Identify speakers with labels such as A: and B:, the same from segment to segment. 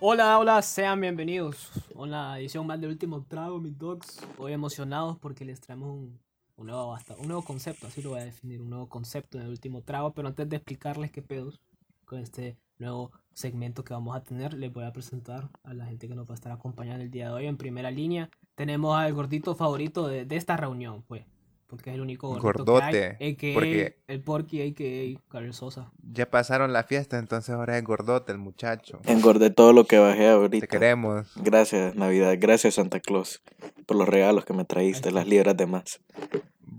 A: Hola, hola, sean bienvenidos a una edición más del último trago, mis dogs. Hoy emocionados porque les traemos un, un nuevo, hasta, un nuevo concepto, así lo voy a definir, un nuevo concepto en el último trago. Pero antes de explicarles qué pedos con este nuevo segmento que vamos a tener, les voy a presentar a la gente que nos va a estar acompañando el día de hoy. En primera línea tenemos al gordito favorito de, de esta reunión, pues. Porque es el único gordito
B: Gordote,
A: que hay, a.k.a.
B: porque-
A: el Porky, a.k.a. Carlos Sosa.
B: Ya pasaron la fiesta, entonces ahora es gordote el muchacho.
C: Engordé todo lo que bajé
B: Te
C: ahorita.
B: queremos.
C: Gracias, Navidad. Gracias, Santa Claus, por los regalos que me traíste, las libras de más.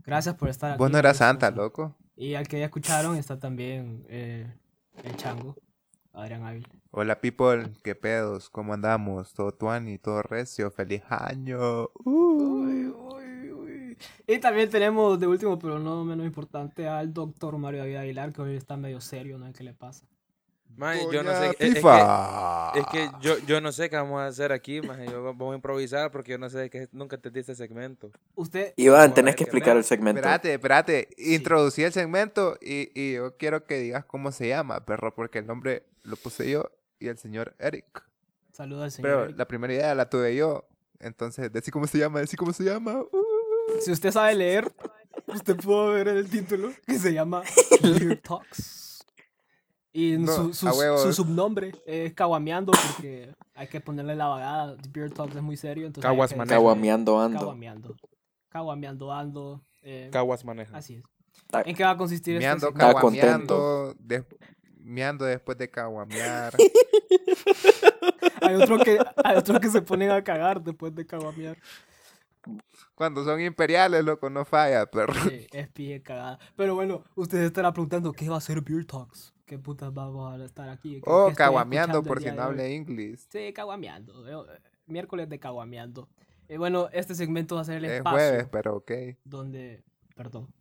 A: Gracias por estar aquí.
B: Vos no eras
A: Carlos
B: santa,
A: Sosa.
B: loco.
A: Y al que ya escucharon está también eh, el chango, Adrián Ávila.
B: Hola people, qué pedos, cómo andamos, todo tuani, todo recio, feliz año.
A: Uh,
B: Uy.
A: Y también tenemos, de último, pero no menos importante, al doctor Mario David Aguilar, que hoy está medio serio, no sé qué le pasa.
D: Mae, yo no
B: Doña
D: sé. es- es que-
B: FIFA.
D: Es que, yo, yo no sé qué vamos a hacer aquí, mae. Yo vamos a improvisar porque yo no sé que nunca te este segmento.
A: Usted,
C: Iván, tenés que explicar el segmento.
B: Espérate, espérate, introducí el segmento y, y yo quiero que digas cómo se llama, perro, porque el nombre lo puse yo y el señor Eric.
A: saluda al señor.
B: Pero
A: Eric.
B: la primera idea la tuve yo, entonces decí cómo se llama, decí cómo se llama. Uh.
A: Si usted sabe leer, usted pudo ver en el título, que se llama Beer Talks. Y en
B: No,
A: su, su-
B: a huevo. eh.
A: su subnombre es Caguameando, porque hay que ponerle la vagada. Beer Talks es muy serio, entonces... hay
D: Caguas
A: que-
D: maneja.
C: Caguameando ando.
A: Caguameando. Caguameando ando. eh,
D: Caguas maneja.
A: así es.
C: Ta-
A: ¿En qué va a consistir este
B: Meando,
A: segmento?
C: Está
B: caguameando, des- meando después de caguamear.
A: Hay otros que, hay otros que se ponen a cagar después de caguamear.
B: Cuando son imperiales, loco, no falla, perro.
A: Sí, Eh, es pie cagada. Pero bueno, ustedes estarán preguntando qué va a ser Beer Talks. ¿Qué putas vamos a estar aquí? ¿Qué- qué
B: O
A: estoy
B: Oh, caguameando,
A: escuchando
B: por
A: el
B: si
A: día
B: no
A: de hoy?
B: habla inglés.
A: Sí, caguameando. Yo, eh, Miércoles de caguameando. Y bueno, este segmento va a ser el
B: Es
A: espacio
B: jueves, pero ok.
A: donde, perdón,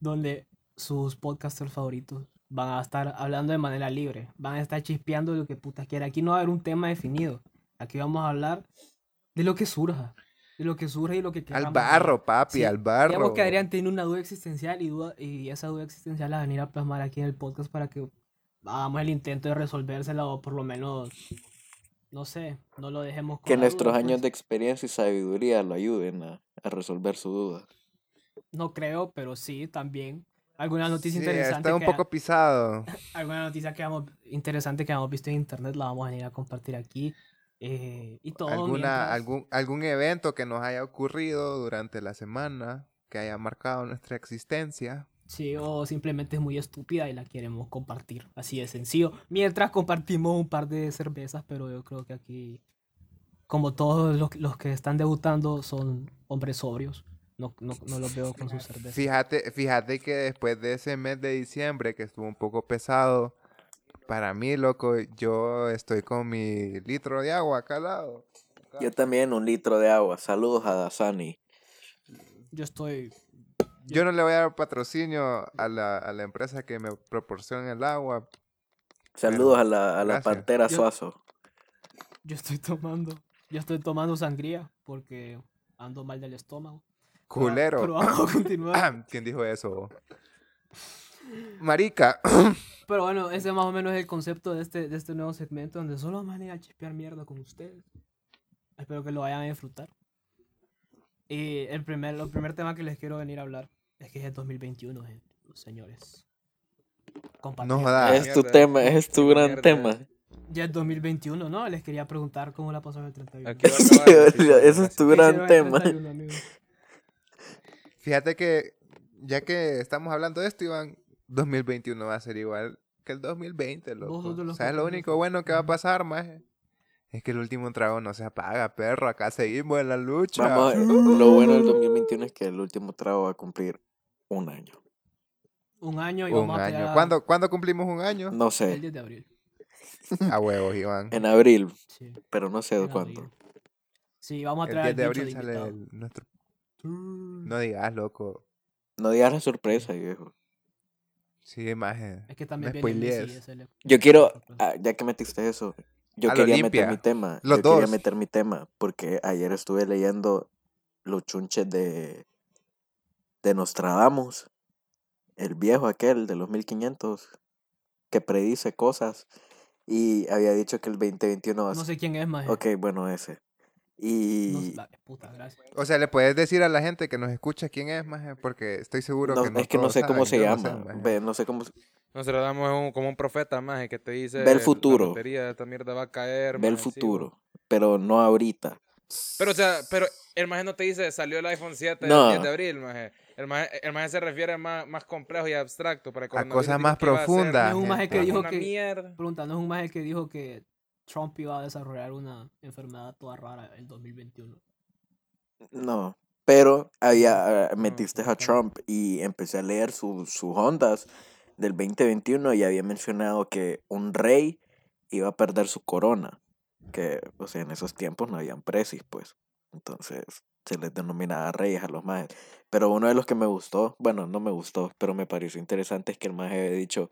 A: donde sus podcasters favoritos van a estar hablando de manera libre, van a estar chispeando lo que putas quiera. Aquí no va a haber un tema definido. Aquí vamos a hablar de lo que surja, de lo que surja y lo que
B: Al
A: queramos hablar.
B: barro, papi,
A: Sí,
B: al
A: Digamos
B: barro.
A: que Adrián tiene una duda existencial y, duda, y esa duda existencial la va a venir a plasmar aquí en el podcast para que hagamos el intento de resolvérsela o por lo menos, no sé, no lo dejemos con
C: Que
A: la
C: nuestros
A: duda,
C: años
A: pues.
C: de experiencia y sabiduría lo ayuden a, a resolver su duda.
A: No creo, pero sí, también. Alguna noticia
B: Sí,
A: interesante.
B: está un
A: que-
B: poco pisado.
A: alguna noticia que hemos, interesante que hemos visto en internet, la vamos a venir a compartir aquí. eh, y todo. mientras-
B: Alguna, algún, algún evento que nos haya ocurrido durante la semana, que haya marcado nuestra existencia.
A: Sí, o simplemente es muy estúpida y la queremos compartir. Así de sencillo. Mientras compartimos un par de cervezas, pero yo creo que aquí, como todos los, los que están debutando, son hombres sobrios. No, no, no los veo con sus cervezas.
B: Fíjate, fíjate que después de ese mes de diciembre que estuvo un poco pesado, para mí, loco, yo estoy con mi litro de agua acá al lado.
C: Yo también un litro de agua. Saludos a Dasani.
A: Yo estoy.
B: Yo no le voy a dar patrocinio a la, a la empresa que me proporciona el agua.
C: Saludos a la, a la
B: Gracias.
C: pantera
A: Yo-
C: Suazo.
A: Yo estoy tomando. Yo estoy tomando sangría porque ando mal del estómago. Pero-
B: Culero.
A: Pero vamos a continuar.
B: ¿Quién dijo eso? Marica.
A: Pero bueno, ese más o menos es el concepto de este, de este nuevo segmento donde solo van a ir a chispear mierda con ustedes. Espero que lo vayan a disfrutar. Y el primer, el primer tema que les quiero venir a hablar es que es el 2021, gente, señores.
B: No
A: Compartimos.
B: jodas.
C: es tu
D: mierda.
C: tema, es tu gran
D: Mierda.
C: tema.
A: Ya es 2021, ¿no? Les quería preguntar cómo la pasaron el 31.
D: Aquí va a
C: Sí,
D: acabar el episodio,
C: ese es tu
A: ¿Qué hicieron
C: gran
A: el
C: tema.
A: 31, amigos?
B: Fíjate que ya que estamos hablando de esto, Iván, 2021 va a ser igual que el 2020,
A: Vos sos de
B: loco.
A: los
B: ¿Sabes
A: que
B: lo
A: piensas
B: único
A: que-
B: bueno que va a
A: Ajá.
B: pasar, maje? Es que el último trago no se apaga, perro. Acá seguimos en la lucha.
C: Vamos, a- lo bueno del 2021 es que el último trago va a cumplir un año.
A: Un año y
B: Un
A: vamos a
B: año.
A: tirar
B: ¿Cuándo, cuándo cumplimos un año?
C: No
A: el
C: sé,
A: 10 de abril.
B: A huevos, Iván.
C: en abril,
A: Sí,
C: pero no sé
A: en
C: de cuándo.
A: abril. Sí, vamos a
B: El
A: traer
B: 10 de
A: bicho
B: abril sale
A: invitado.
B: el- nuestro...
A: Mm.
B: No digas, loco.
C: No digas la sorpresa, viejo.
B: Sí, imagen.
A: Es que también
B: me
A: viene Messi,
B: spoilees.
A: ese le-
C: Yo quiero,
A: Otra cosa.
C: ah, ya que metiste eso, yo
B: Al
C: quería
B: Olimpia,
C: meter mi tema.
B: los
C: yo quería
B: dos.
C: meter mi tema, porque ayer estuve leyendo los chunches de, de Nostradamus, el viejo aquel de los 1500, que predice cosas, y había dicho que el 2021 va a
A: No
C: ser...
A: sé quién es, más. eh.
C: Ok, bueno, ese.
A: No sé-
C: Y...
A: la- puta, gracias.
B: O sea, le puedes decir a la gente que nos escucha quién es, maje, porque estoy seguro
C: no-
B: que no
C: es que no
B: todos
C: sé
B: saben,
C: cómo se
B: yo no sé,
C: llama.
B: maje.
C: ve, no sé cómo...
D: Nosotros damos un- como un profeta, maje, que te dice...
C: Ve el futuro.
D: La lotería, esta mierda va a caer,
C: Ve el
D: maje, sí,
C: futuro, pero no ahorita.
D: Pero, o sea, pero el maje no te dice, salió el iPhone 7
C: No.
D: el 10 de abril, maje. El maje, el maje se refiere a más, más complejo y abstracto. Para
B: A cosas más
A: Es
B: profundas.
A: un maje que
B: gente.
A: dijo
D: una
A: que-
D: mierda.
A: Pregunta, ¿no es un maje que dijo que Trump iba a desarrollar una enfermedad toda rara el 2021?
C: No, pero había, ah,
D: No,
C: metiste a
D: ok.
C: Trump y empecé a leer su- sus ondas del 2021 y había mencionado que un rey iba a perder su corona, que, o sea, en esos tiempos no habían precis, pues, entonces se les denominaba reyes a los majes. Pero uno de los que me gustó, bueno, no me gustó, pero me pareció interesante es que el maje había dicho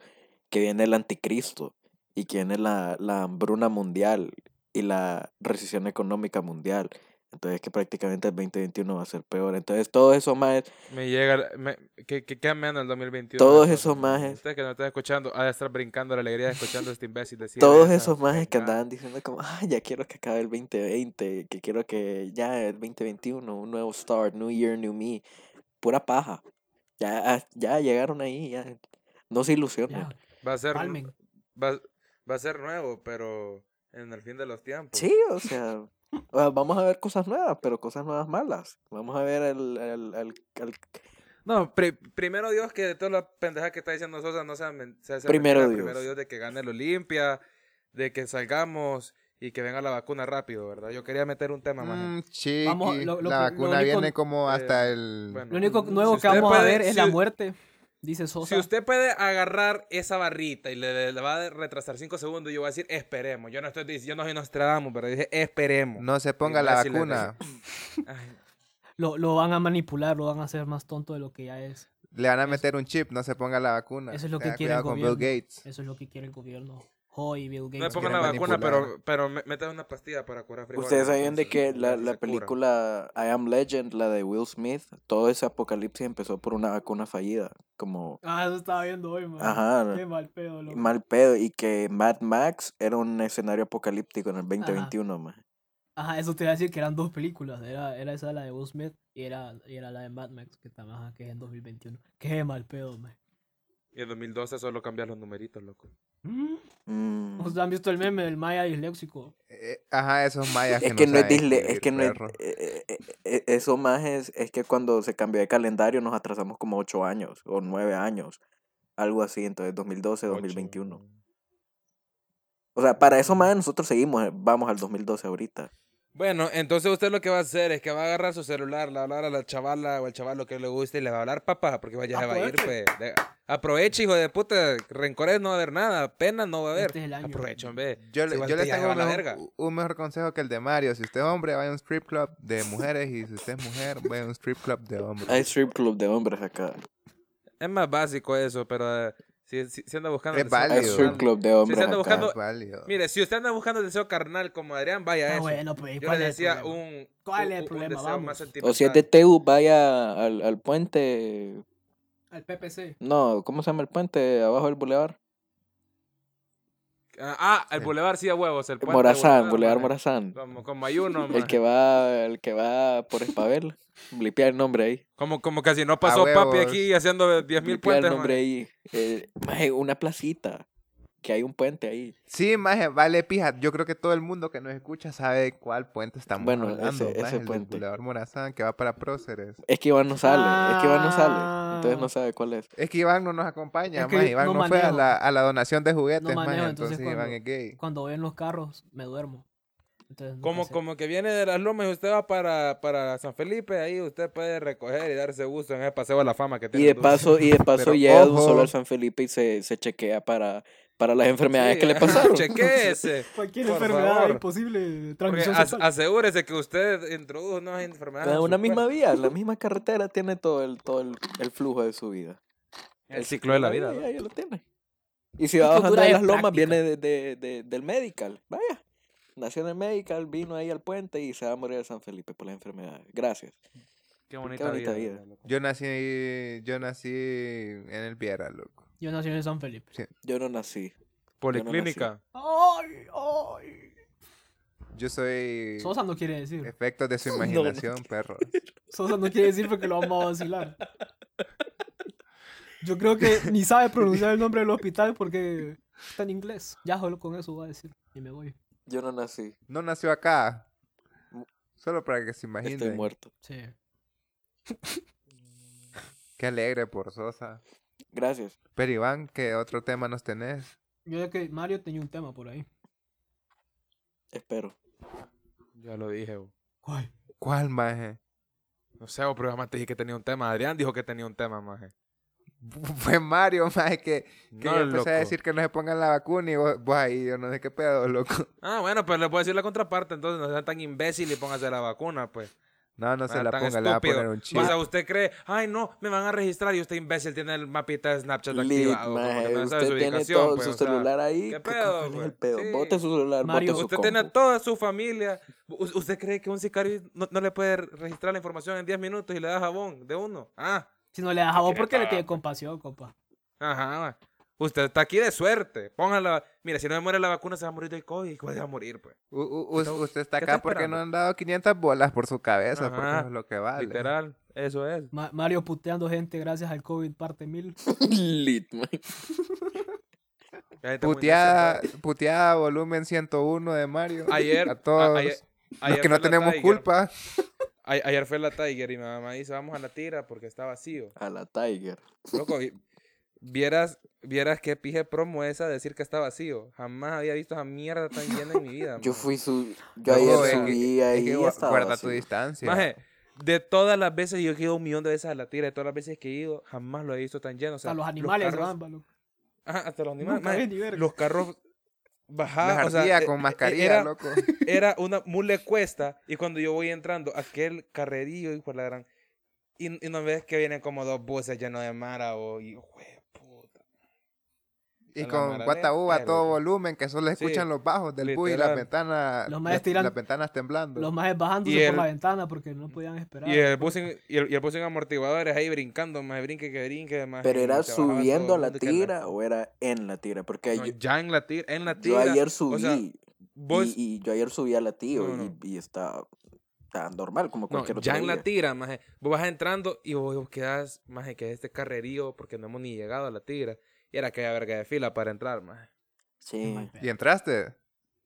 C: que viene el anticristo y que viene la, la hambruna mundial y la recesión económica mundial. Entonces que prácticamente el 2021 va a ser peor. Entonces todos esos majes,
D: Me llega... Me, que, que queda menos el 2021.
C: Todos
D: entonces,
C: esos
D: maje.
C: majes.
D: Usted que no está escuchando, ha de estar brincando la alegría escuchando a este imbécil decir
C: todos
D: esa
C: esos majes que
D: pendejada.
C: andaban diciendo como, ay, ya quiero que acabe el 2020, que quiero que ya el 2021, un nuevo start, new year, new me, pura paja. Ya, ah, ya llegaron ahí, ya. No se ilusionen.
A: Ya,
D: Va a ser...
A: palmen.
D: Va, va a ser nuevo, pero en el fin de los tiempos.
C: Sí, o sea, o sea, vamos a ver cosas nuevas, pero cosas nuevas malas. Vamos a ver el, el, el- el-
D: No, pri- primero Dios que de todas las pendejadas que está diciendo Sosa no sea, men- sea- sea
C: Primero
D: mentira.
C: Dios.
D: Primero Dios de que gane el Olimpia, de que salgamos y que venga la vacuna rápido, ¿verdad? Yo quería meter un tema más.
B: Mm, chiqui,
A: Vamos, lo- lo
B: la
A: que- lo
B: vacuna
A: único- eh,
B: viene como hasta el...
D: bueno.
A: Lo único
D: Si
A: nuevo que
D: usted
A: vamos a
D: puede-
A: ver es la
D: si-
A: muerte, dice Sosa.
D: Si usted puede agarrar esa barrita y le, le- le va a retrasar cinco segundos, yo voy a decir esperemos. Yo no estoy diciendo, yo no soy Nostradamus, pero dije esperemos.
B: No se ponga la
D: imbéciles,
B: vacuna.
D: Ay,
A: lo, lo van a manipular, lo van a hacer más tonto de lo que ya es.
B: Le van a meter un chip, no se ponga la vacuna.
A: eso es lo que
B: Tenga
A: quiere el
B: cuidado con
A: gobierno.
B: Bill Gates.
A: Eso es lo que quiere el gobierno. Hoy Bill Gates.
D: no le pongan la
B: quieren
D: vacuna,
B: manipular.
D: pero, pero me- metan una pastilla para curar frijoles.
C: Ustedes sabían de
D: entonces,
C: que la,
D: así
C: la
D: se cura.
C: película I Am Legend, la de Will Smith, todo ese apocalipsis empezó por una vacuna fallida, como
A: Ah, eso estaba viendo hoy, man.
C: Ajá.
A: Qué mal pedo, loco.
C: mal pedo, y que Mad Max era un escenario apocalíptico en el 2021, más.
A: Ajá, eso te iba a decir que eran dos películas. Era, era esa la de Will Smith y era, y era la de Mad Max, que está más que es en 2021. Qué mal pedo, man.
D: Y en 2012 solo cambias los numeritos, loco.
A: Mm.
C: Mm.
A: ¿Ustedes han visto el meme del Maya disléxico?
B: Eh, ajá, esos mayas
C: Es que no es
B: saben
C: disle- es
B: escribir,
C: que no es,
B: perro.
C: eh, eh, eh, eso más es, es que cuando se cambió de calendario nos atrasamos como ocho años o nueve años, algo así, entonces 2012, 2021. O sea, para eso más nosotros seguimos, eh, vamos al 2012 ahorita.
D: Bueno, entonces usted lo que va a hacer es que va a agarrar su celular, le va a hablar a la chavala o al chaval lo que le guste y le va a hablar papá, porque vaya, ya va a ir, pues. De- Aproveche, hijo de puta. Rencores no va a haber nada, pena no va a haber.
A: Este es el año.
D: Aproveche, hombre.
B: Yo,
D: Si
B: le-
D: igual
B: yo
D: te
B: les
D: ya
B: tengo
D: va
B: un
D: la
B: mejor,
D: verga.
B: un- un mejor consejo que el de Mario. Si usted es hombre, vaya a un strip club de mujeres y si usted es mujer, vaya a un strip club de hombres.
C: Hay strip club de hombres acá.
D: Es más básico eso, pero eh, si, si, si anda buscando.
B: Es
D: el deseo
B: válido.
C: Hay
B: Válido.
C: strip club de hombres
D: anda
C: acá.
D: buscando-
B: Es válido.
D: Mire, si usted anda buscando el deseo carnal como Adrián, vaya a
A: Ah,
D: eso.
A: bueno, pues,
D: Yo le
A: ¿cuál es el
D: decía
A: problema?
D: un.
A: ¿Cuál
D: un-
A: es el
D: un
A: problema?
D: deseo más
A: Vamos.
C: O si es
D: sentimental.
C: de Teu, vaya al, al puente.
A: Al PPC.
C: No, ¿cómo se llama el puente? Abajo del bulevar.
D: Ah, ah, el
B: Sí.
D: bulevar sí a huevos, el puente.
C: Morazán, bulevar
D: bulevar, maje.
C: Morazán.
D: Como, como hay uno,
C: El
D: maje.
C: que va, el que va por Espavel. Blipea el nombre ahí.
D: Como, como que si no pasó papi
B: huevos.
D: aquí haciendo 10.000
C: Blipea el
D: puentes.
C: nombre
D: maje.
C: ahí. Eh, maje, una placita. Que hay un puente ahí.
B: Sí, maje, vale pija. Yo creo que todo el mundo que nos escucha sabe cuál puente estamos
C: Bueno,
B: hablando.
C: ese-
B: maje,
C: ese
B: el del
C: puente.
B: Boulevard Morazán, que va para próceres.
C: Es que Iván no sale. Es que Iván no
A: Ah.
C: sale. Entonces no sabe cuál es.
B: Es que Iván no nos acompaña,
A: Es que
B: maje. Iván
A: no
B: no, fue a
A: manejo.
B: la, a la donación de juguetes,
A: No manejo,
B: maje.
A: entonces
B: Entonces, Iván
A: cuando-
B: es gay.
A: Cuando voy en los carros, me duermo. Entonces, no
D: Como,
A: sé.
D: como que viene de las lomas y usted va para, para San Felipe, ahí usted puede recoger y darse gusto en el paseo a la fama que tiene.
C: Y de
D: Honduras.
C: paso, y de paso
B: Pero
C: llega de un
B: ojo.
C: solo al San Felipe y se, se chequea para, para las enfermedades
D: Sí,
C: que le pasaron.
D: Chequéese.
A: Cualquier
D: Por
A: enfermedad
D: favor.
A: imposible de
D: Porque
A: transmisión
D: as-
A: sexual.
D: asegúrese que usted introdujo nuevas enfermedades.
C: Cada
D: en
C: una
D: su
C: misma
D: cuerpo.
C: vía, la misma carretera tiene todo el, todo el, el flujo de su vida.
D: El ciclo de la vida.
C: Ahí,
D: ¿no?
C: ahí lo tiene. Y si
A: Y
C: va bajando
A: cultura
C: de
A: es
C: las lomas,
A: práctica.
C: viene de, de- de- del medical. Vaya. Nació en el medical, vino ahí al puente y se va a morir de San Felipe por las enfermedades. Gracias.
D: Qué bonita,
C: bonita
D: vida.
C: vida.
D: loco.
B: Yo nací, yo nací en el Viera, loco.
A: Yo nací en San Felipe.
C: Yo no nací.
D: Policlínica.
A: ¡Ay! ¡Ay!
B: Yo soy
A: Sosa no quiere
D: Eh.
A: decir.
B: efectos de su
C: No, no.
B: imaginación, perro.
A: Sosa no quiere decir porque lo vamos a vacilar. Yo creo que ni sabe pronunciar el nombre del hospital porque está en inglés. Ya solo con eso va a decir. Y me voy.
C: Yo no nací.
B: No nació acá. Solo para que se
C: Mm. Estoy
B: imaginen.
C: muerto.
A: Sí.
B: Qué alegre por Sosa.
C: Gracias.
B: Pero Iván, ¿qué otro tema nos tenés?
A: Yo creo que Mario tenía un tema por ahí.
C: Espero.
D: Ya lo dije. bo.
A: ¿Cuál?
B: ¿Cuál, maje?
D: No sé, bo, pero jamás te dije que tenía un tema. Adrián dijo que tenía un tema, maje.
B: Fue Mario, maje, que, que
D: No,
B: yo empecé
D: loco.
B: a decir que no se pongan la vacuna y vos, vos ahí, yo no sé qué pedo, loco.
D: Ah, bueno, pues les voy a decir la contraparte, entonces no sean tan imbéciles y pónganse la vacuna, pues.
B: No, no se
D: Ah,
B: la
D: tan
B: pongan, le va a
D: estúpido.
B: poner un chip.
D: O sea, usted cree, ay no, me van a registrar y usted imbécil tiene el mapita de Snapchat
C: Lit,
D: activado. como
C: maje,
D: que no sabe su
C: usted tiene
D: ubicación,
C: todo
D: pues,
C: su
D: o sea,
C: celular ahí.
D: ¿qué
C: ¿cu- cu-
D: pedo,
C: cuál es el
D: pues?
C: pedo?
D: Sí.
C: Bote su celular,
A: Mario,
C: bote su
D: Usted tiene a
C: compu.
D: toda su familia. U- ¿Usted cree que un sicario no, no le puede registrar la información en 10 minutos y le da jabón de uno? Ah,
A: Si no le das a vos porque le tiene compasión, compa.
D: ajá. va. Usted está aquí de suerte. Póngala. Mira, si no me muere la vacuna, se va a morir del COVID. ¿Y cuál se va a morir, pues?
B: U- u- us-
D: Está-
B: usted está
D: ¿qué
B: acá
D: está
B: porque no
D: esperando?
B: han dado 500 bolas por su cabeza, porque
D: Ajá,
B: eso es lo que vale.
D: Literal, eso es.
A: Ma- Mario puteando gente gracias al COVID parte mil.
C: Lit, man.
D: La gente muy
B: Puteada,
D: inocente.
B: puteada volumen 101 de Mario.
D: Ayer.
B: A todos.
D: a- ayer-
B: los
D: ayer
B: que no
D: fue la
B: tenemos
D: Tiger.
B: culpa.
D: Ay- ayer fue la Tiger y mi mamá dice, vamos a la tira porque está vacío.
C: A la Tiger.
D: Loco, vi- vieras, vieras qué pije promo esa de decir que está vacío. Jamás había visto esa mierda tan llena en mi vida.
C: Yo
D: maje.
C: fui su. Yo
B: Loco,
C: ayer
B: es que-
C: subí
B: es
C: ahí.
B: que
C: y
B: gua-
C: estaba
B: guarda tu
C: vacío.
B: distancia.
D: Maje, de todas las veces yo he ido un millón de veces a la tira, de todas las veces que he ido, jamás lo he visto tan lleno. O sea,
A: Hasta los
D: los
A: animales,
D: carros-
A: ¿verdad, Balo?
D: Ajá, hasta los animales.
A: Nunca
D: maje,
A: ves ni verga.
D: los carros bajaban.
B: Las
D: o sea,
B: ardillas
D: e-
B: con
D: e-
B: mascarilla,
D: era-
B: loco.
D: era una mule cuesta y cuando yo voy entrando, aquel carrerillo, hijo de la gran... Y, y no ves que vienen como dos buses llenos de mara, o y, hijo de puta.
B: Y
D: A la
B: con
D: mara
B: guata
D: de
B: uva a todo
D: perro.
B: volumen, que solo escuchan los bajos del bus y las
D: literal.
B: ventanas.
A: Los majes
B: las-
A: tiran-
B: Las ventanas temblando.
A: Los más bajándose
D: Y
A: por
D: el-
A: la ventana porque no podían esperar.
D: Y el bus sin, y el, y el bus sin amortiguadores ahí brincando, más brinque que brinque, más.
C: Pero era subiendo a la tira o era en la tira. Porque yo,
D: ya en la tira, en la
C: yo
D: tira.
C: ayer
D: o
C: subí.
D: sea, vos-
C: y, y yo ayer subí a la tía
D: No,
C: y-
D: no.
C: y, está tan normal como
D: No,
C: cualquier otro
D: ya en la
C: día.
D: tira, maje. Vos vas entrando y vos vos quedás, maje, que es este carrerío porque no hemos ni llegado a la tira. Y era aquella verga de fila para entrar, maje.
C: Sí.
B: ¿Y entraste?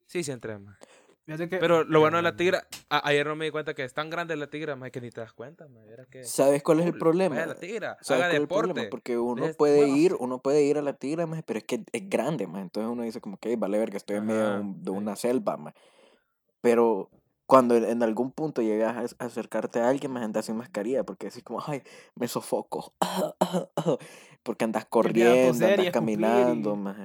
D: Sí, sí entré, maje.
A: Fíjate que
D: Pero lo bueno de la tigra, a- ayer no me di cuenta que es tan grande la tigra, más que ni te das cuenta, ma, era que...
C: ¿Sabes cuál es el
D: Cool,
C: problema?
D: Vaya la tigra,
C: ¿Sabes
D: haga
C: cuál es el problema?
D: deporte.
C: Porque uno
D: Deje de
C: puede
D: huevos.
C: ir, uno puede ir a la tira, maje, pero es que es grande, más. Entonces uno dice como que vale ver que estoy en medio de,
D: Ajá,
C: un- de
D: sí.
C: una selva, más. Pero cuando en- en algún punto llegas a ac- a acercarte a alguien, más andas sin mascarilla, porque decís como, ay, me sofoco. porque andas
A: a
C: corriendo,
A: toser y
C: andas
A: a escupir
C: caminando,
A: y-
C: maje.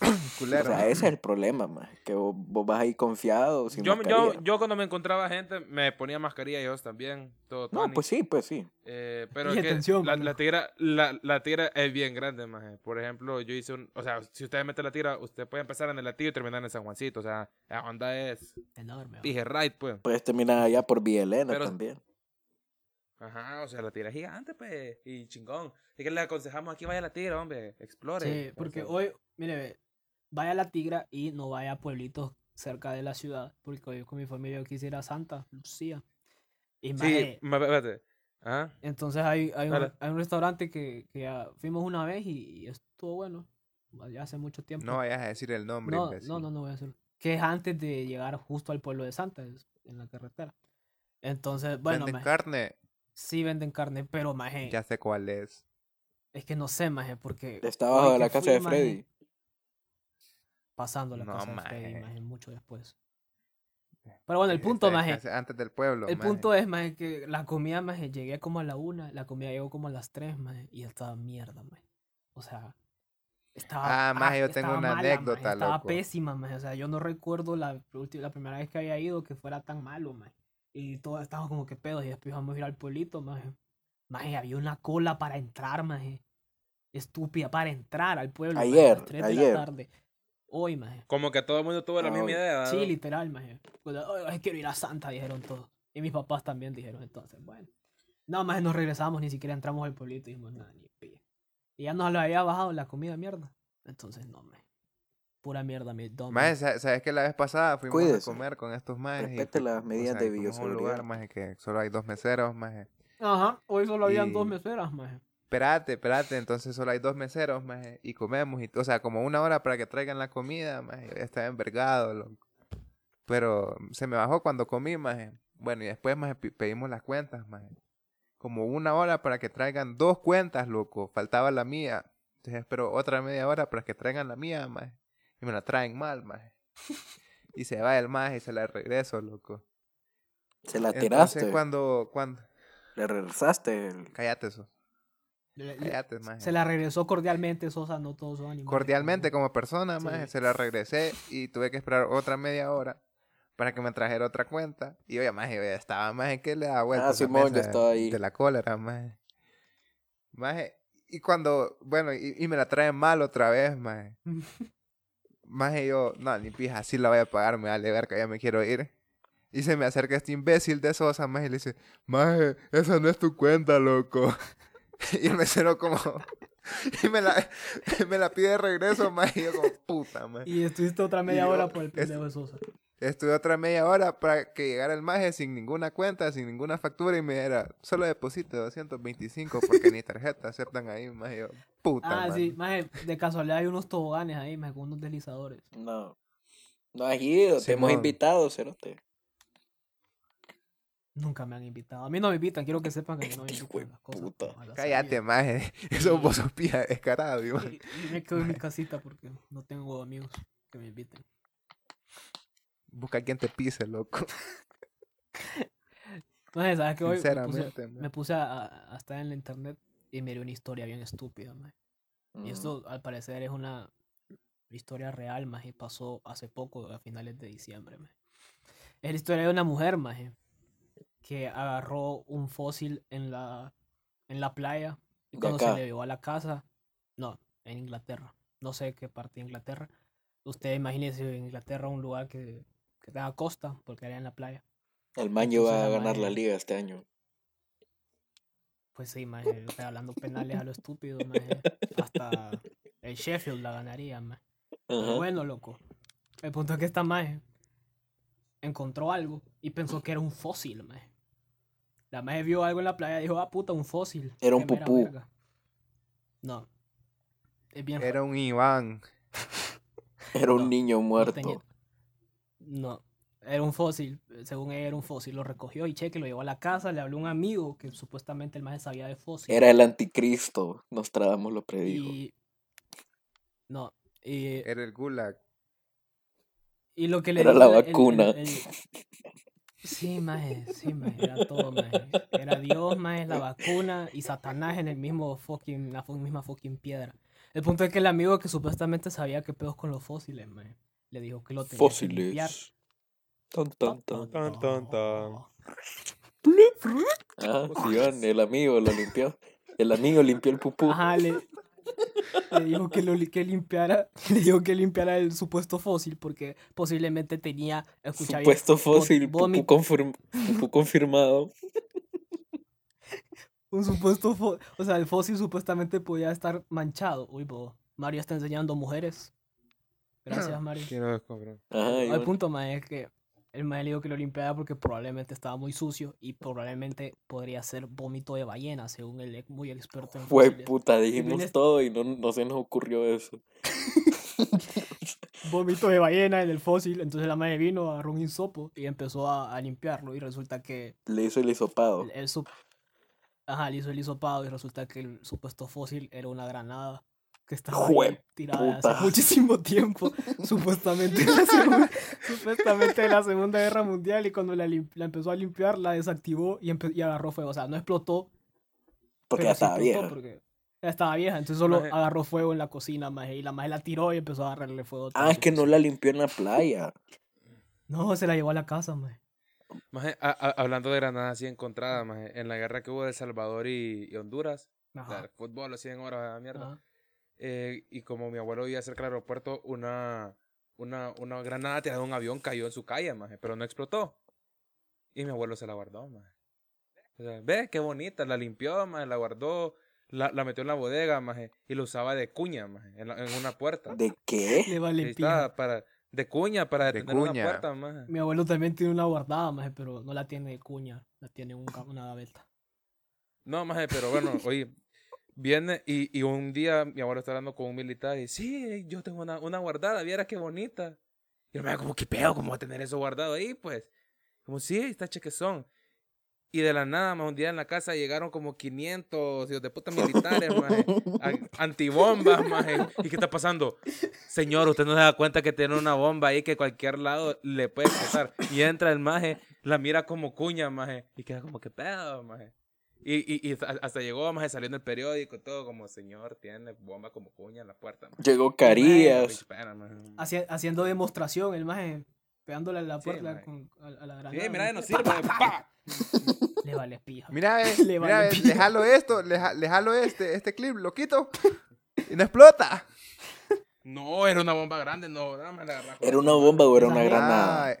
C: O
B: Culero.
C: sea, ese es el problema, más. Que vos, vos vas ahí confiado, sin
D: Yo, me- yo,
C: mascarilla.
D: yo cuando me encontraba gente, me ponía mascarilla ellos también, todo
C: No,
D: tani.
C: pues sí, pues sí.
D: Eh, pero
A: Y
D: es que
A: atención,
D: la,
A: mano.
D: la tigra, la, la tigra es bien grande, maje. Por ejemplo, yo hice un... O sea, si usted mete la tigra, usted puede empezar en el latillo y terminar en San Juancito. O sea, la onda es...
A: enorme.
D: Dije, right, pues.
C: Puedes terminar allá por Vía Elena
D: Pero-
C: también.
D: Ajá, o sea, la tira es gigante, pues, y chingón. Así que les aconsejamos aquí vaya a la tira, hombre, explore.
A: Sí, porque
D: Entonces,
A: hoy, mire, ve, vaya a la Tigra y no vaya a pueblitos cerca de la ciudad, porque hoy con mi familia yo quisiera Santa Lucía. Y
D: Sí,
A: maje,
D: ma- Ah, espérate. Ajá.
A: entonces hay, hay, un,
D: Dale.
A: hay un restaurante que, que ya fuimos una vez y, y estuvo bueno, ya hace mucho tiempo.
B: No vayas a decir el nombre,
A: no,
B: imbécil.
A: no, no, no voy a hacerlo. Que es antes de llegar justo al pueblo de Santa, es en la carretera. Entonces, bueno,
B: Venden
A: maje,
B: carne.
A: sí venden carne, pero maje,
B: Ya sé cuál es.
A: es que no sé, maje, porque
C: Está
A: hoy
C: abajo de
A: que
C: la casa de
A: fui, maje,
C: Freddy.
A: pasando la
B: No,
A: casa de Freddy,
B: maje.
A: maje, mucho después. Pero
B: Eh,
A: bueno, el punto,
B: Está
A: maje.
B: casi este, Antes del pueblo.
A: El
B: maje.
A: punto es, maje, que la comida, maje, llegué como a la una, la comida llegó como a las tres, maje, y estaba mierda, maje. O sea, estaba.
B: Ah, maje, yo
A: estaba
B: tengo una
A: maje,
B: anécdota,
A: Estaba
B: loco.
A: pésima, maje. O sea, yo no recuerdo la, ulti- la primera vez que había ido que fuera tan malo, maje. Y todos estábamos como que pedos, y después íbamos a ir al pueblito, maje. Maje, había una cola para entrar, maje. Estúpida, para entrar al pueblo. maje, a las
C: Ayer,
A: tres de la
C: ayer.
A: tarde. Hoy, maje.
D: Como que todo el mundo tuvo la
C: Ah,
D: misma
C: ok.
D: idea. ¿verdad?
A: Sí, literal, maje. Cuando, "Ay, ay, quiero ir a Santa, dijeron todos. Y mis papás también dijeron, entonces, bueno. No, maje, nos regresamos, ni siquiera entramos al pueblito y dijimos, nada, ni pilla. Y ya nos lo había bajado la comida mierda. Entonces, no, maje. Pura mierda, mi don.
B: Maje, sa- sabes que la vez pasada fuimos
C: Cuídese.
B: a comer con estos majes. y
C: Respete
B: fu-
C: las medidas de
B: fuimos a un
C: bioseguridad.
B: lugar, maje, que solo hay dos meseros, maje.
A: Ajá, hoy solo habían dos
B: Y-
A: meseras, maje.
B: Espérate, espérate, entonces solo hay dos meseros, maje, y comemos, y, o sea, como una hora para que traigan la comida, maje, está envergado, loco. Pero se me bajó cuando comí, maje. Bueno, y después, maje, pi- pedimos las cuentas, maje. Como una hora para que traigan dos cuentas, loco, faltaba la mía. Entonces espero otra media hora para que traigan la mía, maje. Y me la traen mal, maje. Y se va el maje y se la regreso, loco.
C: Se la
B: Entonces
C: tiraste.
B: cuando, cuando...
C: Le regresaste. el-
B: Cállate eso,
A: Le- le-
B: cállate, maje.
A: Se la regresó cordialmente, Sosa, no todos son animales.
B: cordialmente como persona,
A: Sí.
B: maje, se la regresé y tuve que esperar otra media hora para que me trajera otra cuenta. Y oye, maje, yo ya estaba, maje, que le da vuelta.
C: Ah,
B: a esa
C: Simón, ya
B: mesa
C: estaba ahí.
B: De la cólera, maje. Maje, y cuando, bueno, y, y me la traen mal otra vez, maje. maje, yo, no, ni pija, así la voy a pagar, me vale verga, ya me quiero ir. Y se me acerca este imbécil de Sosa, maje, y le dice, maje, esa no es tu cuenta, loco. y el mesero como... y me la, me la pide de regreso, maje, y yo como, puta, maje.
A: Y estuviste otra media
B: yo-
A: hora por el
B: es-
A: pendejo de Sosa.
B: Estuve otra media hora para que llegara el maje sin ninguna cuenta, sin ninguna factura y me era solo deposito 225 porque ni tarjeta aceptan ahí, maje. Yo, puta,
A: Ah,
B: mano.
A: sí, maje, de casualidad hay unos toboganes ahí, maje, con unos deslizadores.
C: No. No has ido, te hemos
B: Simón.
C: invitado, Cerote.
A: Nunca me han invitado. A mí no me invitan, quiero que sepan que a mí no me
C: Este
A: invitan
C: hijo
A: las
C: de
A: cosas.
C: puta.
A: como a la
B: Cállate,
A: salida.
B: maje. Eso vos sos pija descarado, yo,
A: Y, y me quedo en mi casita porque no tengo amigos que me inviten.
B: Busca quien te pise, loco.
A: Entonces, ¿sabes qué? Hoy me
B: Sinceramente,
A: puse,
B: man.
A: me puse a, a- a estar en la internet y miré una historia bien estúpida, man. Y esto, al parecer, es una historia real, más y pasó hace poco, a finales de diciembre, maje. Es la historia de una mujer, más que agarró un fósil en la, en la playa y
C: De
A: cuando se
C: acá.
A: le llevó a la casa, no, en Inglaterra, no sé qué parte de Inglaterra. Usted imagínese en Inglaterra un lugar que, que tenga costa, porque era en la playa.
C: El Maño
A: Entonces,
C: va
A: la
C: a ganar la
A: madre-
C: liga este año.
A: Pues sí, maje, regalando penales a lo estúpido, maje. Hasta el Sheffield la ganaría, maje. Pero
C: Ajá.
A: bueno, loco. El punto es que esta maje encontró algo y pensó que era un fósil, maje. La maje vio algo en la playa y dijo, ah, puta, un fósil.
C: Era un
A: qué mera
C: pupú.
A: verga". No. Es bien
B: Era un Iván.
C: Era un
A: no,
C: niño
A: no
C: muerto.
A: tenía- No, era un fósil. Según ella, era un fócil. Lo recogió y cheque, lo llevó a la casa, le habló a un amigo que supuestamente el maje sabía de fósil.
C: Era el anticristo. Nostradamus lo predijo.
A: Y. No. Y,
B: Era el Gulag.
A: y lo que le
C: era
A: dijo
C: la
A: el- el- el-
C: vacuna.
A: el- Sí, maje, sí, maje, era todo, maje. Era Dios, maje, la vacuna y Satanás en el mismo fucking, la fu- misma fucking piedra. El punto es que el amigo que supuestamente sabía que pedos con los fósiles, maje, le dijo que lo tenía que limpiar.
C: Fósiles. Tan, tan, tan.
D: Tan, tan, tan.
C: Ah, Sion, el amigo lo limpió. El amigo limpió el pupú.
A: Ajá, le, le dijo que, lo, li- que limpiara, le dijo que limpiara el supuesto fósil porque posiblemente tenía, escucha bien,
C: Supuesto
A: vo-
C: fósil, pupú,
A: vómito-
C: confirm- pupú confirmado.
A: Un supuesto fósil, o sea, el fósil supuestamente podía estar manchado. Uy, bo, Mario está enseñando mujeres. Gracias, Mario.
D: Quiero descubrir.
C: Ajá,
A: El
C: Iván.
A: punto más es que el mae le dijo que lo limpiara porque probablemente estaba muy sucio y probablemente podría ser vómito de ballena, según el ex- muy experto en
C: Fue
A: fósiles.
C: puta,
A: vienes-
C: dijimos todo y no, no se nos ocurrió eso.
A: Vómito de ballena en el fósil. Entonces la madre vino, agarró un hisopo y empezó a, a limpiarlo. Y resulta que
C: Le hizo el hisopado.
A: el, el sup- Ajá, le hizo el hisopado y resulta que el supuesto fósil era una granada que estaba ahí
C: Jue-
A: tirada
C: puta.
A: hace muchísimo tiempo, supuestamente en la segunda, supuestamente en la Segunda Guerra Mundial y cuando la, lim- la empezó a limpiar la desactivó y, empe- y agarró fuego, o sea, no explotó, pero
C: Porque ya
A: sí
C: estaba
A: explotó
C: vieja.
A: porque ya estaba vieja, entonces solo
D: Maje.
A: agarró fuego en la cocina, maje, y la maje la tiró y empezó a agarrarle fuego. a toda
C: Ah, es
A: su
C: que no
A: cocina.
C: la limpió en la playa.
A: No, se la llevó a la casa, maje.
D: Maje, a- a- hablando de granadas así encontradas, maje, en la guerra que hubo de El Salvador y, y Honduras, la
A: Ajá,
D: de fútbol, los 100 horas, la mierda.
A: ajá.
D: Eh, y como mi abuelo vivía cerca del aeropuerto, una, una, una granada tirada de un avión cayó en su calle, maje, pero no explotó. Y mi abuelo se la guardó, maje. O sea, ve, qué bonita, la limpió, maje, la guardó, la, la metió en la bodega, maje, y la usaba de cuña, maje, en, la- en una puerta.
C: ¿De qué?
A: Le
D: Ahí
A: vale pija.
D: está, para, de cuña, para
B: De
D: detener una
B: cuña.
D: puerta, maje.
A: Mi abuelo también tiene una guardada, maje, pero no la tiene de cuña, la tiene un ca- una gaveta.
D: No, maje, pero bueno, oye, viene y, y un día mi abuelo está hablando con un militar y sí, yo tengo una, una guardada, viera qué bonita. Y yo me como, ¿qué pedo? ¿Cómo va a tener eso guardado ahí? Pues, como, sí, está chequezón. Y de la nada, más un día en la casa llegaron como 500 hijos de puta militares, maje, a- antibombas, maje. ¿Y qué está pasando? Señor, usted no se da cuenta que tiene una bomba ahí que cualquier lado le puede explotar. Y entra el maje, la mira como cuña, maje, y queda como, ¿qué pedo, maje? Y, y, y hasta- hasta llegó, maje, salió en el periódico, todo como, señor, tiene bomba como cuña en la puerta, maje".
C: Llegó Carías.
D: Ay, la pinche pena, maje.
A: Haci- haciendo demostración, el maje pegándole a la
D: Sí,
A: puerta
D: maje.
A: con- a, a la
D: Sí,
A: granada.
D: mira,
A: maje.
D: no sirve. pa.
A: Le vale pija.
B: Mira, ve,
A: Le
B: mira,
A: vale
B: ve,
A: pija.
B: le jalo esto, le, ja- le jalo este, este clip, lo quito y no explota.
D: No, era una bomba grande, no, nada más la agarraba.
C: ¿Era una bomba o era una
A: Esa-
C: granada?
B: Ah,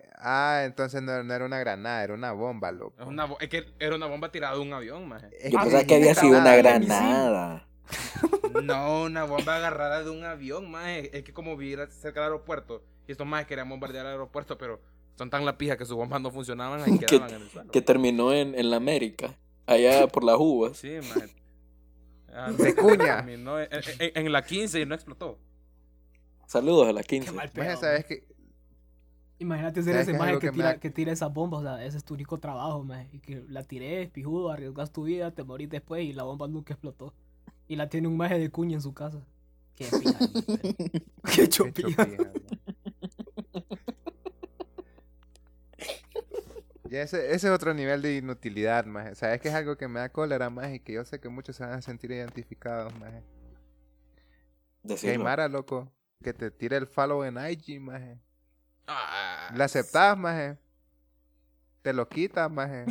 B: ah, entonces no, no era una granada, era una bomba, loco.
D: Es una bo- es que era una bomba tirada de un avión, maje.
B: Es
C: Yo
B: que
C: pensaba
B: ni
C: que había
B: esta
C: sido una
B: nada, ni
C: granada.
D: No, una bomba agarrada de un avión, maje. Es que como viviera cerca del aeropuerto, y estos majes querían bombardear el aeropuerto, pero son tan la pija que sus bombas no funcionaban y
C: Que-
D: quedaban en el suelo.
C: Que terminó en, en la América. Allá por las uvas.
D: Sí, maje. Ah,
B: De cuña.
D: terminó En, en- en la 15 y no explotó.
C: Saludos a las
A: Qué
C: 15.
A: mal
B: Maje,
A: pedo,
B: ¿sabes
A: maje.
B: qué?
A: Imagínate ser
B: ¿Sabes
A: ese
B: qué es
A: maje
B: algo
A: que
B: que me
A: tira,
B: da-
A: que tira esas bombas, o sea, ese es tu único trabajo, maje. Y que la tiré, pijudo, arriesgas tu vida, te morís después y la bomba nunca explotó. Y la tiene un maje de cuña en su casa. Qué pija. ni pedo. Qué
B: Qué
A: chopija.
B: chopija, Ya ese, ese es otro nivel de inutilidad, maje. Sabes que es algo que me da cólera, maje, y que yo sé que muchos se van a sentir identificados, maje.
C: Decirlo.
B: Keimara, loco, que te tire el follow en IG, maje.
D: Ah,
B: La aceptás, maje. Te lo quitas, maje.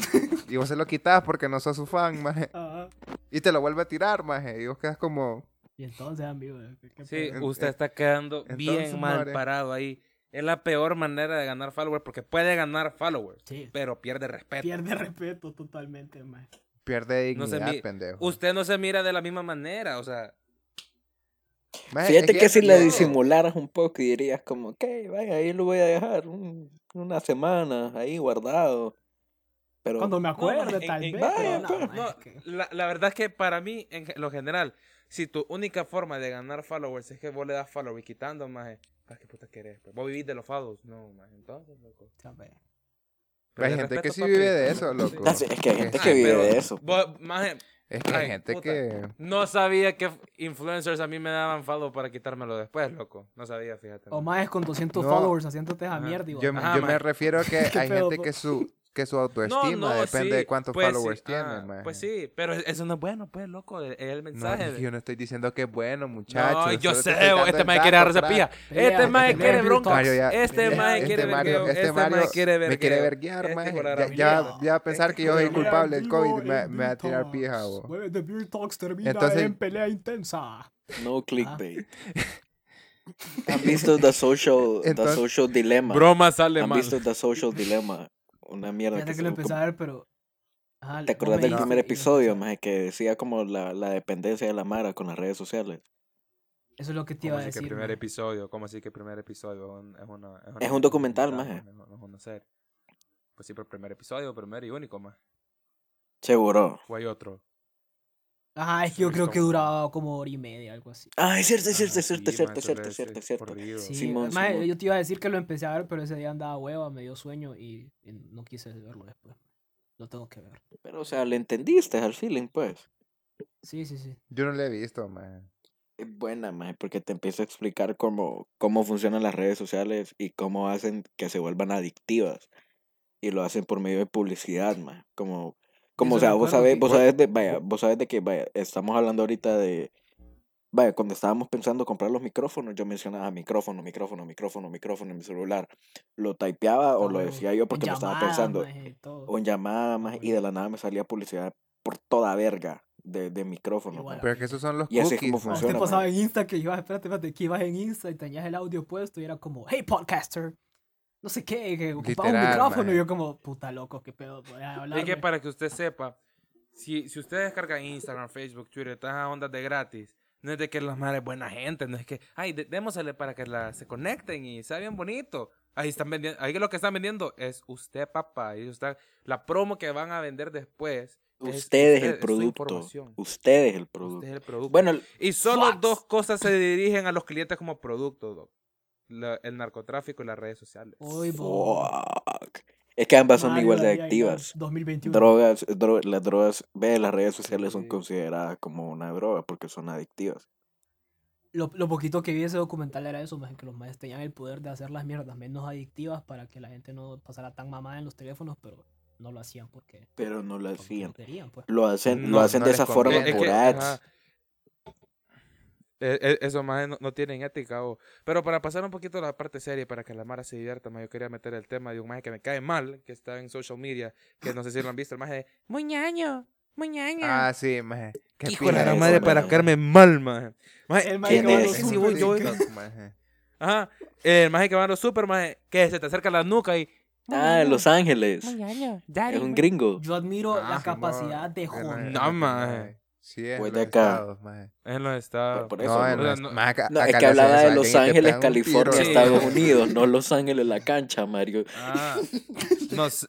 B: Y vos se lo quitas porque no sos su fan, maje.
A: Ah,
B: Y te lo vuelve a tirar, maje. Y vos quedas como...
A: y entonces, amigo, qué- qué
D: Sí,
A: pedo.
D: usted está quedando
B: entonces,
D: bien mal
B: madre.
D: parado ahí. Es la peor manera de ganar followers porque puede ganar followers,
A: Sí,
D: pero pierde respeto.
A: pierde respeto totalmente, maje.
B: Pierde
D: No sé,
B: dignidad,
D: mi-
B: pendejo.
D: Usted no se mira de la misma manera, o sea,
B: Maje, es
C: Fíjate que
B: ya-
C: si la
B: ya-
C: disimularas un poco y dirías como, ok, vaya, ahí lo voy a dejar un- una semana ahí guardado. Pero
A: Cuando me
D: No,
A: acuerde,
D: en-
A: tal
D: en-
A: vez.
C: vaya,
A: pero no,
C: pues,
A: maje,
D: No,
A: es que-
D: la, la verdad es que para mí, en ge- lo general, si tu única forma de ganar followers es que vos le das followers quitando, maje, ¿para qué puta querés? pues? ¿Vos vivís de los follows? No, maje, entonces, loco.
A: o sea, maje.
B: Pero hay
D: Perder
B: gente que
D: respeto,
B: sí
D: papi.
B: vive de eso, loco.
C: Entonces, es que hay gente que
B: Sí,
C: vive
D: pero
C: de eso.
D: Vos, maje,
B: Es que hay
D: Ay,
B: gente
D: puta.
B: que...
D: no sabía que influencers a mí me daban follow para quitármelo después, loco. No sabía, fíjate.
A: O majes con 200
B: No.
A: followers haciéndote esa
D: Ajá.
A: mierda. y vos,
B: Yo,
A: ah,
D: Ajá,
B: yo me
D: maje.
B: refiero a que
A: ¿Qué
B: hay
A: pedo,
B: gente
A: po?
B: que su que su autoestima Pues depende de cuántos
D: pues sí,
B: followers tiene,
D: ah,
B: maje.
D: Pues sí, pero eso no es bueno, pues, loco, es el
B: No,
D: mensaje.
B: es
D: de-
B: que yo no estoy diciendo que es bueno, muchacho.
D: No, yo
B: solo te
D: sé,
B: estoy dando
D: este
B: el
D: maje quiere
B: dato,
D: agarrar esa pilla.
B: crack.
A: Pelea,
D: Este maje
A: pelea,
D: quiere
A: Blue
D: bronca.
B: Mario, ya-
D: Este
A: pelea.
D: maje quiere
B: Mario,
D: vergueo.
B: este
D: Este
B: Mario
D: maje quiere
B: me quiere
D: vergueo.
B: verguear,
D: Este
B: maje.
D: hijo de la
B: Ya,
D: gran
B: ya
D: mierda.
B: va- ya va a pensar
D: Este
B: que yo soy
D: hijo de la
B: culpable del
A: Amigo,
B: COVID. Me,
A: el
B: me va a tirar
A: Beer
B: pija,
A: Talks.
B: bo.
A: Bueno, The Beer Talks termina
B: Entonces-
A: en pelea intensa.
C: No clickbait. ¿Han visto The Social,
B: Entonces-
C: the social Dilemma?
D: Broma sale
C: ¿Han
D: mal.
C: visto The Social Dilemma? Una mierda
A: Fíjate que
C: se-
A: lo empecé a ver, pero. Ajá,
C: ¿Te
A: vos
C: acordás
A: me
C: del
A: dijiste
C: primer
A: y lo
C: episodio,
A: empecé.
C: maje, que decía como la, la dependencia de la Mara con las redes sociales?
A: Eso es lo que te
D: ¿Cómo
A: iba a
D: así que
A: decir.
D: primer
A: maje.
D: episodio? ¿Cómo así que primer episodio? Es un- Es, una, una-
C: Es un documental, maje.
D: No no es una serie. Pues sí, pero primer episodio, primer y único, más.
C: Seguro.
D: ¿O hay otro?
A: Ajá, es que yo
D: Sí,
A: creo que
D: como-
A: duraba como hora y media, algo así.
C: Ah, es cierto, es cierto,
D: Ah,
C: es cierto,
D: sí,
C: es cierto,
D: maje,
C: es cierto,
D: solo
C: es cierto,
D: ese
C: es cierto.
D: corrido.
A: Sí,
C: Simón,
A: maje,
C: Simón.
A: yo te iba a decir que lo empecé a ver, pero ese día andaba hueva, me dio sueño y, y no quise verlo después. Lo tengo que ver.
C: Pero, o sea, le entendiste al feeling, pues.
A: Sí, sí, sí.
B: Yo no lo he visto, maje.
C: es buena, maje, porque te empieza a explicar cómo, cómo funcionan las redes sociales y cómo hacen que se vuelvan adictivas. Y lo hacen por medio de publicidad, maje. Como, como o
A: Eso
C: sea,
A: me
C: vos
A: acuerdo
C: sabés,
A: que-
C: vos sabés de, vaya, vos sabés de que, vaya, estamos hablando ahorita de, vaya, cuando estábamos pensando comprar los micrófonos, yo mencionaba micrófono, micrófono, micrófono, micrófono en mi celular. Lo typeaba o lo
A: Todo.
C: decía yo porque
A: En
C: lo estaba
A: llamadas,
C: pensando
A: maje, todo.
C: o en llamada más y
A: bueno.
C: de la nada me salía publicidad por toda verga de, de micrófono.
A: Igual.
C: man.
B: Pero que esos son los
C: Y así es
B: cookies,
C: como
A: Ah,
B: maje.
A: usted
C: funciona,
A: pasaba
C: maje.
A: en Insta que ibas, espérate, espérate, que ibas en Insta y tenías el audio puesto y era como, hey podcaster, no sé qué, que ocupaba un
B: Literal,
A: micrófono.
B: maje.
A: Y yo como, puta loco, qué pedo, voy a hablar.
D: Es que
A: maje".
D: para que usted sepa, si, si usted descarga Instagram, Facebook, Twitter, todas esas ondas de gratis, no es de que las madres buena gente, no es que, ay, de- démosele para que la, se conecten y sea bien bonito. Ahí están vendiendo, ahí lo que están vendiendo es usted, papá. Y está, la promo que van a vender después. es
C: Usted es
D: usted,
C: el
D: su
C: producto.
D: información.
C: Usted es el
D: Usted
C: producto.
D: es el producto.
C: Bueno, el-
D: y solo
A: Facts.
D: dos cosas se dirigen a los clientes como producto, Doc. La- el narcotráfico y las redes sociales.
A: Uy, bo-
C: fuck. Es que ambas son
A: Mario,
C: igual de
A: ahí, ahí, ahí,
C: activas.
A: 2021.
C: Drogas, dro- las drogas, ve, las redes sociales son
D: Sí.
C: consideradas como una droga porque son adictivas.
A: Lo, lo poquito que vi de ese documental era eso, maje, que los maestros tenían el poder de hacer las mierdas menos adictivas para que la gente no pasara tan mamada en los teléfonos, pero no lo hacían porque,
C: Pero no lo
A: porque no
C: hacían.
A: querían, pues.
C: Lo hacen,
D: No,
C: lo hacen
B: no
C: de
B: les
C: esa forma
B: conviene.
D: Es
C: por
D: que,
C: ads.
D: ajá. Eh, eh, Esos más no, no tienen ética, o. Pero para pasar un poquito a la parte seria, para que la Mara se divierta, más yo quería meter el tema de un maje que me cae mal, que está en social media, que no sé si lo han visto, el maje de Muñaño, Muñaño.
B: Ah, sí, maje. Qué
D: Hijo de
B: pija
D: la
B: eso,
D: madre
B: maje.
D: para caerme mal, maje. Maje,
A: El
C: maje que
D: ¿quién
C: va a
D: es
C: los
D: ese?
B: Es
D: Sí,
B: un
D: voy yo, voy yo.
B: TikTok, maje.
D: Ajá, el maje que va a los super, maje, que se te acerca la nuca y.
C: Ah, en Los Ángeles.
E: Muñaño,
C: Es un
E: daddy.
C: gringo.
A: Yo admiro
B: Ah,
A: la
B: sí,
A: capacidad
B: maje.
A: de
B: Es la-
A: joder.
B: es
D: No,
B: la que
D: maje.
B: hay. Sí, es
C: Voy
B: en
C: de
B: los
C: acá.
B: estados, maje.
D: En los estados.
C: Por eso,
B: No,
C: man.
B: en
D: O sea,
B: los-
D: no-
B: maje, acá-
C: No, es
B: acá
C: que
B: le haces
C: hablaba
B: eso a
C: de Los
B: alguien y te
C: Ángeles,
B: pegan un tiro,
C: California,
B: ¿no?
D: Sí.
C: Estados Unidos, no Los Ángeles, la cancha, Mario.
D: Ah, no sé.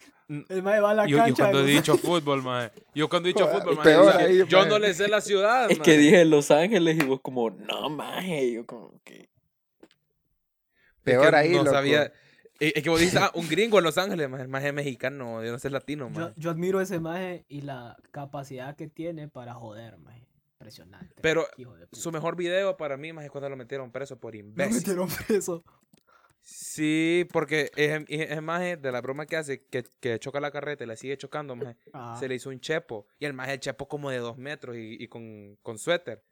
A: El maje va a la
D: Yo, yo
A: cancha.
D: cuando he
A: los-
D: dicho fútbol, maje. Yo cuando he dicho
B: Joder,
D: fútbol, maje.
B: peor
D: dije,
B: ahí,
D: yo
B: maje.
D: no le sé la ciudad,
C: Es
D: maje".
C: que dije Los Ángeles y vos como, no, maje. Yo como que...
D: Es que
B: Peor ahí,
D: no
B: loco.
D: sabía. Es es que vos dices, ah, un gringo en Los Ángeles, maje, el maje es mexicano, yo no sé, es latino,
A: Yo,
D: maje.
A: yo admiro ese maje y la capacidad que tiene para joder, maje. Impresionante.
D: Pero
A: hijo de puta.
D: Su mejor video para mí, maje, es cuando lo metieron preso por
A: Lo
D: imbécil.
A: metieron preso.
D: Sí, porque es, es, es maje de la broma que hace, que, que choca la carreta y la sigue chocando, maje.
A: Ah,
D: se le hizo un chepo. Y el maje, el chepo como de dos metros y, y con, con suéter.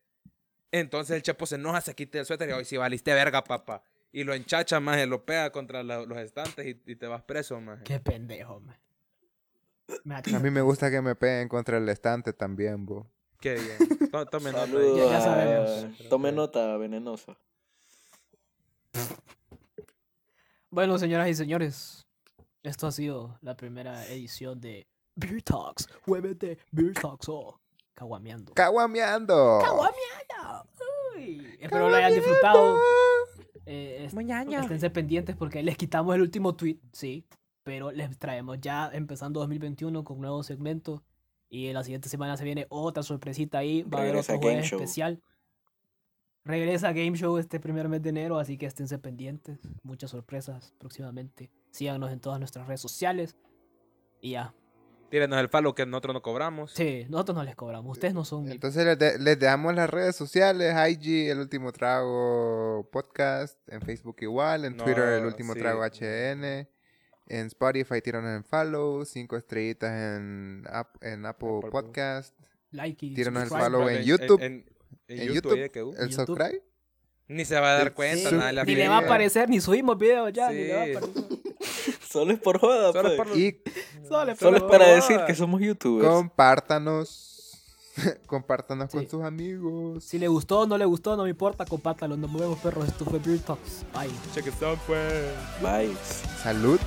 D: Entonces el chepo se enoja, se quita el suéter y hoy si valiste verga, papá. Y lo enchacha, maje, lo pega contra la- los estantes y, y te vas preso, maje.
A: Qué pendejo, maje. Me
B: A mí me gusta que me peguen contra el estante también, bo.
D: Qué bien. To- Tomen nota ahí.
C: Saludos.
A: Ya- ya sabemos.
C: a- Tome nota, venenosa.
A: Bueno, señoras y señores, esto ha sido la primera edición de Beer Talks. Huévete, Beer Talks, oh. Caguameando.
B: ¡Caguameando!
A: ¡Caguameando! Uy. Espero lo hayan disfrutado. Eh, es-
E: Muñaño.
A: esténse pendientes porque les quitamos el último tweet, sí. Pero les traemos ya empezando 2021 con un nuevo segmento. Y la siguiente semana se viene otra sorpresita ahí. Va a haber
C: Regresa
A: otro
C: Game
A: jueves
C: Show.
A: especial. Regresa Game Show este primer mes de enero, así que esténse pendientes. Muchas sorpresas próximamente. Síganos en todas nuestras redes sociales. Y ya.
D: Tírenos el falo que nosotros no cobramos.
A: Sí, nosotros no les cobramos. Ustedes no son.
B: Entonces les, de- les dejamos las redes sociales, IG, El Último Trago Podcast, en Facebook igual, en
D: No,
B: Twitter El Último
D: sí.
B: Trago HN, en Spotify tíranos en follow, cinco estrellitas en, App- en Apple
D: Apple.
B: Podcast,
A: Like y
B: tíranos el
A: subscribe.
B: follow en YouTube.
D: en
B: En
D: YouTube,
B: YouTube.
D: ahí que, uh,
B: el
A: YouTube.
B: subscribe.
D: Ni se va a dar
B: Sí,
D: cuenta,
B: sí.
D: nada de la
A: Ni le
D: vida.
A: va a aparecer, ni subimos videos ya, ni le va a
D: Sí.
A: aparecer.
C: Solo es por joda,
D: Solo es
C: pues.
D: por-
B: Y
A: Solo es
C: Solo es
A: por
C: para
D: joda.
C: decir que somos youtubers.
B: compártanos, compártanos
A: Sí.
B: con sus amigos.
A: Si le gustó o no le gustó, no me importa, compártalo. Nos movemos, perros. Esto fue Beer Talks. Bye.
D: Check it out, pues.
C: Bye.
B: Salud.